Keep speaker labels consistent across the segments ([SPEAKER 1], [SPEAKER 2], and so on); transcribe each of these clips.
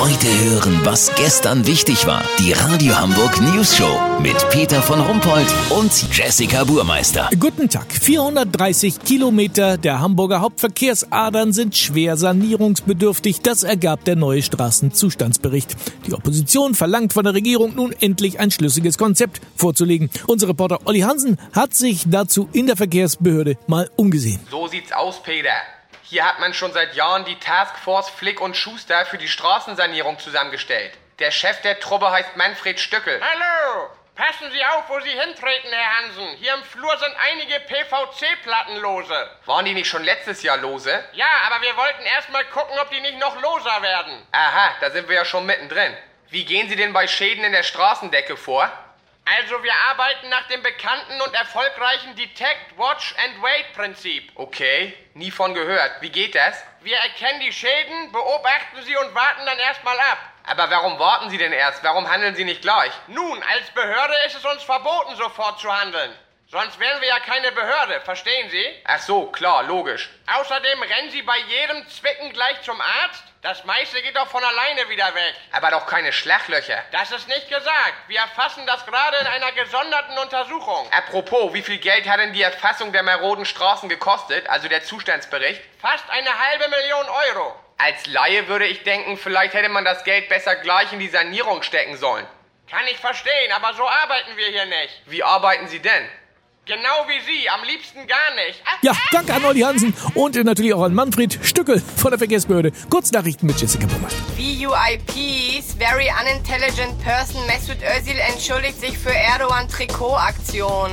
[SPEAKER 1] Heute hören, was gestern wichtig war. Die Radio Hamburg News Show mit Peter von Rumpold und Jessica Burmeister.
[SPEAKER 2] Guten Tag. 430 Kilometer der Hamburger Hauptverkehrsadern sind schwer sanierungsbedürftig. Das ergab der neue Straßenzustandsbericht. Die Opposition verlangt von der Regierung nun endlich ein schlüssiges Konzept vorzulegen. Unser Reporter Olli Hansen hat sich dazu in der Verkehrsbehörde mal umgesehen.
[SPEAKER 3] So sieht's aus, Peter. Hier hat man schon seit Jahren die Taskforce Flick und Schuster für die Straßensanierung zusammengestellt. Der Chef der Truppe heißt Manfred Stöckel.
[SPEAKER 4] Hallo! Passen Sie auf, wo Sie hintreten, Herr Hansen. Hier im Flur sind einige PVC-Platten lose.
[SPEAKER 3] Waren die nicht schon letztes Jahr lose?
[SPEAKER 4] Ja, aber wir wollten erstmal gucken, ob die nicht noch loser werden.
[SPEAKER 3] Aha, da sind wir ja schon mittendrin. Wie gehen Sie denn bei Schäden in der Straßendecke vor?
[SPEAKER 4] Also wir arbeiten nach dem bekannten und erfolgreichen Detect, Watch and Wait Prinzip.
[SPEAKER 3] Okay, nie von gehört. Wie geht das?
[SPEAKER 4] Wir erkennen die Schäden, beobachten sie und warten dann erstmal ab.
[SPEAKER 3] Aber warum warten Sie denn erst? Warum handeln Sie nicht gleich?
[SPEAKER 4] Nun, als Behörde ist es uns verboten, sofort zu handeln. Sonst wären wir ja keine Behörde, verstehen Sie?
[SPEAKER 3] Ach so, klar, logisch.
[SPEAKER 4] Außerdem rennen Sie bei jedem Zwicken gleich zum Arzt. Das meiste geht doch von alleine wieder weg.
[SPEAKER 3] Aber doch keine Schlachlöcher.
[SPEAKER 4] Das ist nicht gesagt. Wir erfassen das gerade in einer gesonderten Untersuchung.
[SPEAKER 3] Apropos, wie viel Geld hat denn die Erfassung der maroden Straßen gekostet, also der Zustandsbericht?
[SPEAKER 4] Fast eine halbe Million Euro.
[SPEAKER 3] Als Laie würde ich denken, vielleicht hätte man das Geld besser gleich in die Sanierung stecken sollen.
[SPEAKER 4] Kann ich verstehen, aber so arbeiten wir hier nicht.
[SPEAKER 3] Wie arbeiten Sie denn?
[SPEAKER 4] Genau wie Sie, am liebsten gar nicht.
[SPEAKER 2] Ja, danke an Olli Hansen und natürlich auch an Manfred Stückel von der Verkehrsbehörde. Kurznachrichten mit Jessica Bummert.
[SPEAKER 5] VUIPs, Very Unintelligent Person Mesut Özil entschuldigt sich für Erdogan-Trikotaktion.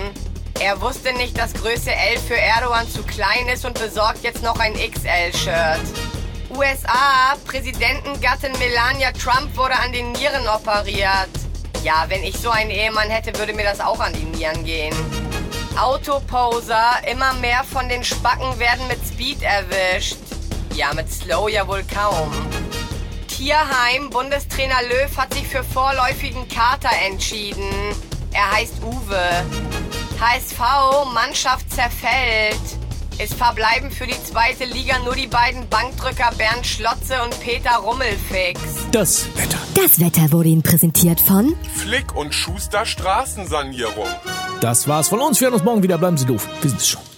[SPEAKER 5] Er wusste nicht, dass Größe L für Erdogan zu klein ist und besorgt jetzt noch ein XL-Shirt. USA, Präsidentengattin Melania Trump wurde an den Nieren operiert. Ja, wenn ich so einen Ehemann hätte, würde mir das auch an die Nieren gehen. Autoposer, immer mehr von den Spacken werden mit Speed erwischt. Ja, mit Slow ja wohl kaum. Tierheim, Bundestrainer Löw hat sich für vorläufigen Kater entschieden. Er heißt Uwe. HSV, Mannschaft zerfällt. Es verbleiben für die zweite Liga nur die beiden Bankdrücker Bernd Schlotze und Peter Rummelfix.
[SPEAKER 2] Das Wetter.
[SPEAKER 6] Das Wetter wurde Ihnen präsentiert von
[SPEAKER 7] Flick und Schuster Straßensanierung.
[SPEAKER 2] Das war's von uns. Wir hören uns morgen wieder. Bleiben Sie doof. Wir sind's schon.